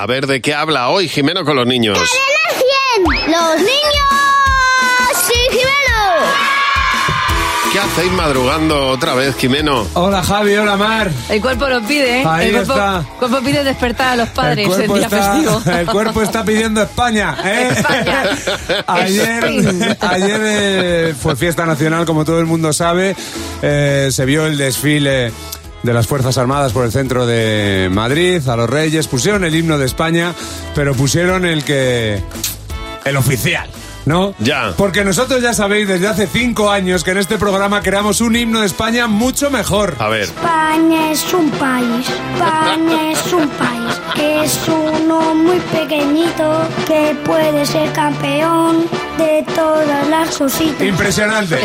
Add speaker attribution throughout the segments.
Speaker 1: A ver de qué habla hoy Jimeno con los niños.
Speaker 2: ¡Los niños! ¡Sí,
Speaker 1: ¿Qué hacéis madrugando otra vez, Jimeno?
Speaker 3: Hola Javi, hola Mar.
Speaker 4: El cuerpo lo pide, ¿eh?
Speaker 3: Ahí
Speaker 4: el cuerpo,
Speaker 3: está.
Speaker 4: cuerpo pide despertar a los padres
Speaker 3: el,
Speaker 4: el,
Speaker 3: cuerpo
Speaker 4: día festivo.
Speaker 3: está, el cuerpo está pidiendo España. ¿eh?
Speaker 4: España.
Speaker 3: Ayer,
Speaker 4: Spain.
Speaker 3: ayer eh, fue fiesta nacional, como todo el mundo sabe. Eh, se vio el desfile de las Fuerzas Armadas por el centro de Madrid, a los Reyes. Pusieron el himno de España, pero pusieron el que... El oficial. ¿No?
Speaker 1: Ya.
Speaker 3: Porque nosotros ya sabéis desde hace cinco años que en este programa creamos un himno de España mucho mejor.
Speaker 1: A ver.
Speaker 2: España es un país, España es un país, es uno muy pequeñito que puede ser campeón de todas las cositas.
Speaker 3: Impresionante.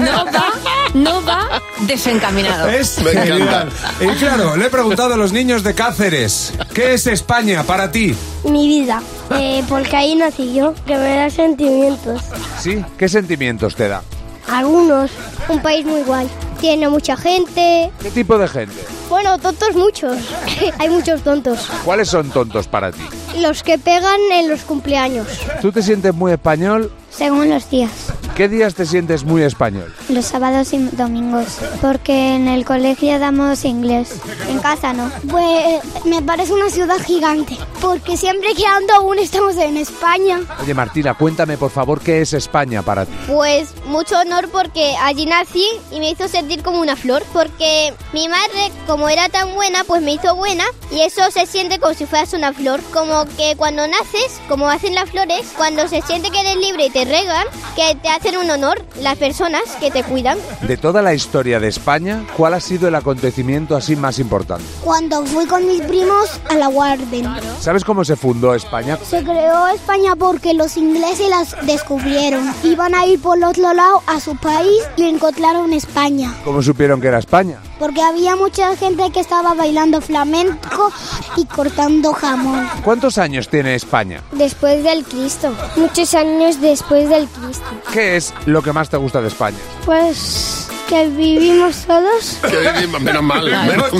Speaker 4: No va, no va desencaminado.
Speaker 3: Es
Speaker 1: Ah. Me encanta.
Speaker 3: genial. Y claro, le he preguntado a los niños de Cáceres, ¿qué es España para ti?
Speaker 2: Mi vida, eh, porque ahí nací yo, que me da sentimientos.
Speaker 3: Sí, ¿qué sentimientos te da?
Speaker 2: Algunos. Un país muy guay. Tiene mucha gente.
Speaker 3: ¿Qué tipo de gente?
Speaker 2: Bueno, tontos muchos. Hay muchos tontos.
Speaker 3: ¿Cuáles son tontos para ti?
Speaker 2: Los que pegan en los cumpleaños.
Speaker 3: ¿Tú te sientes muy español?
Speaker 2: Según los días.
Speaker 3: ¿Qué días te sientes muy español?
Speaker 2: Los sábados y domingos, porque en el colegio damos inglés, en casa no. Pues me parece una ciudad gigante, porque siempre que ando aún estamos en España.
Speaker 3: Oye Martina, cuéntame por favor qué es España para ti.
Speaker 2: Pues mucho honor porque allí nací y me hizo sentir como una flor, porque mi madre como era tan buena, pues me hizo buena y eso se siente como si fueras una flor, como que cuando naces, como hacen las flores, cuando se siente que eres libre y te regan, que te hacen un honor las personas que te cuidan.
Speaker 3: De toda la historia de España, ¿cuál ha sido el acontecimiento así más importante?
Speaker 2: Cuando fui con mis primos a la Warden.
Speaker 3: ¿Sabes cómo se fundó España?
Speaker 2: Se creó España porque los ingleses las descubrieron. Iban a ir por otro lado a su país y encontraron España.
Speaker 3: ¿Cómo supieron que era España?
Speaker 2: Porque había mucha gente que estaba bailando flamenco y cortando jamón.
Speaker 3: ¿Cuántos años tiene España?
Speaker 2: Después del Cristo. Muchos años después del Cristo.
Speaker 3: ¿Qué es lo que más te gusta de España?
Speaker 2: Pues que vivimos todos.
Speaker 1: Que vivimos- menos mal. menos-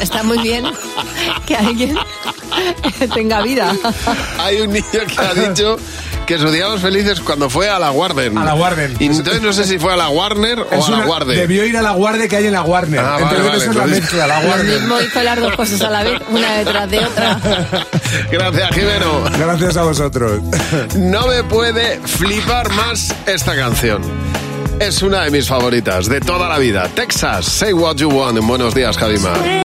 Speaker 4: Está muy bien que alguien tenga vida.
Speaker 1: Hay un niño que ha dicho que sus días felices cuando fue a la Warden.
Speaker 3: A la Warden.
Speaker 1: Y entonces no sé si fue a la Warner o
Speaker 3: Es
Speaker 1: a la
Speaker 3: una-
Speaker 1: Warden.
Speaker 3: Debió ir a la guardia que hay en la Warner.
Speaker 1: Ah, vale,
Speaker 3: Entonces,
Speaker 1: vale,
Speaker 3: esa es la
Speaker 1: entonces-
Speaker 3: mezcla, la
Speaker 4: Lo
Speaker 3: Warner.
Speaker 4: mismo hizo las dos cosas a la vez, una detrás de otra.
Speaker 1: Gracias, Jimeno.
Speaker 3: Gracias a vosotros.
Speaker 1: No me puede flipar más esta canción. Es una de mis favoritas de toda la vida. Texas, say what you want. Buenos días, Javimar.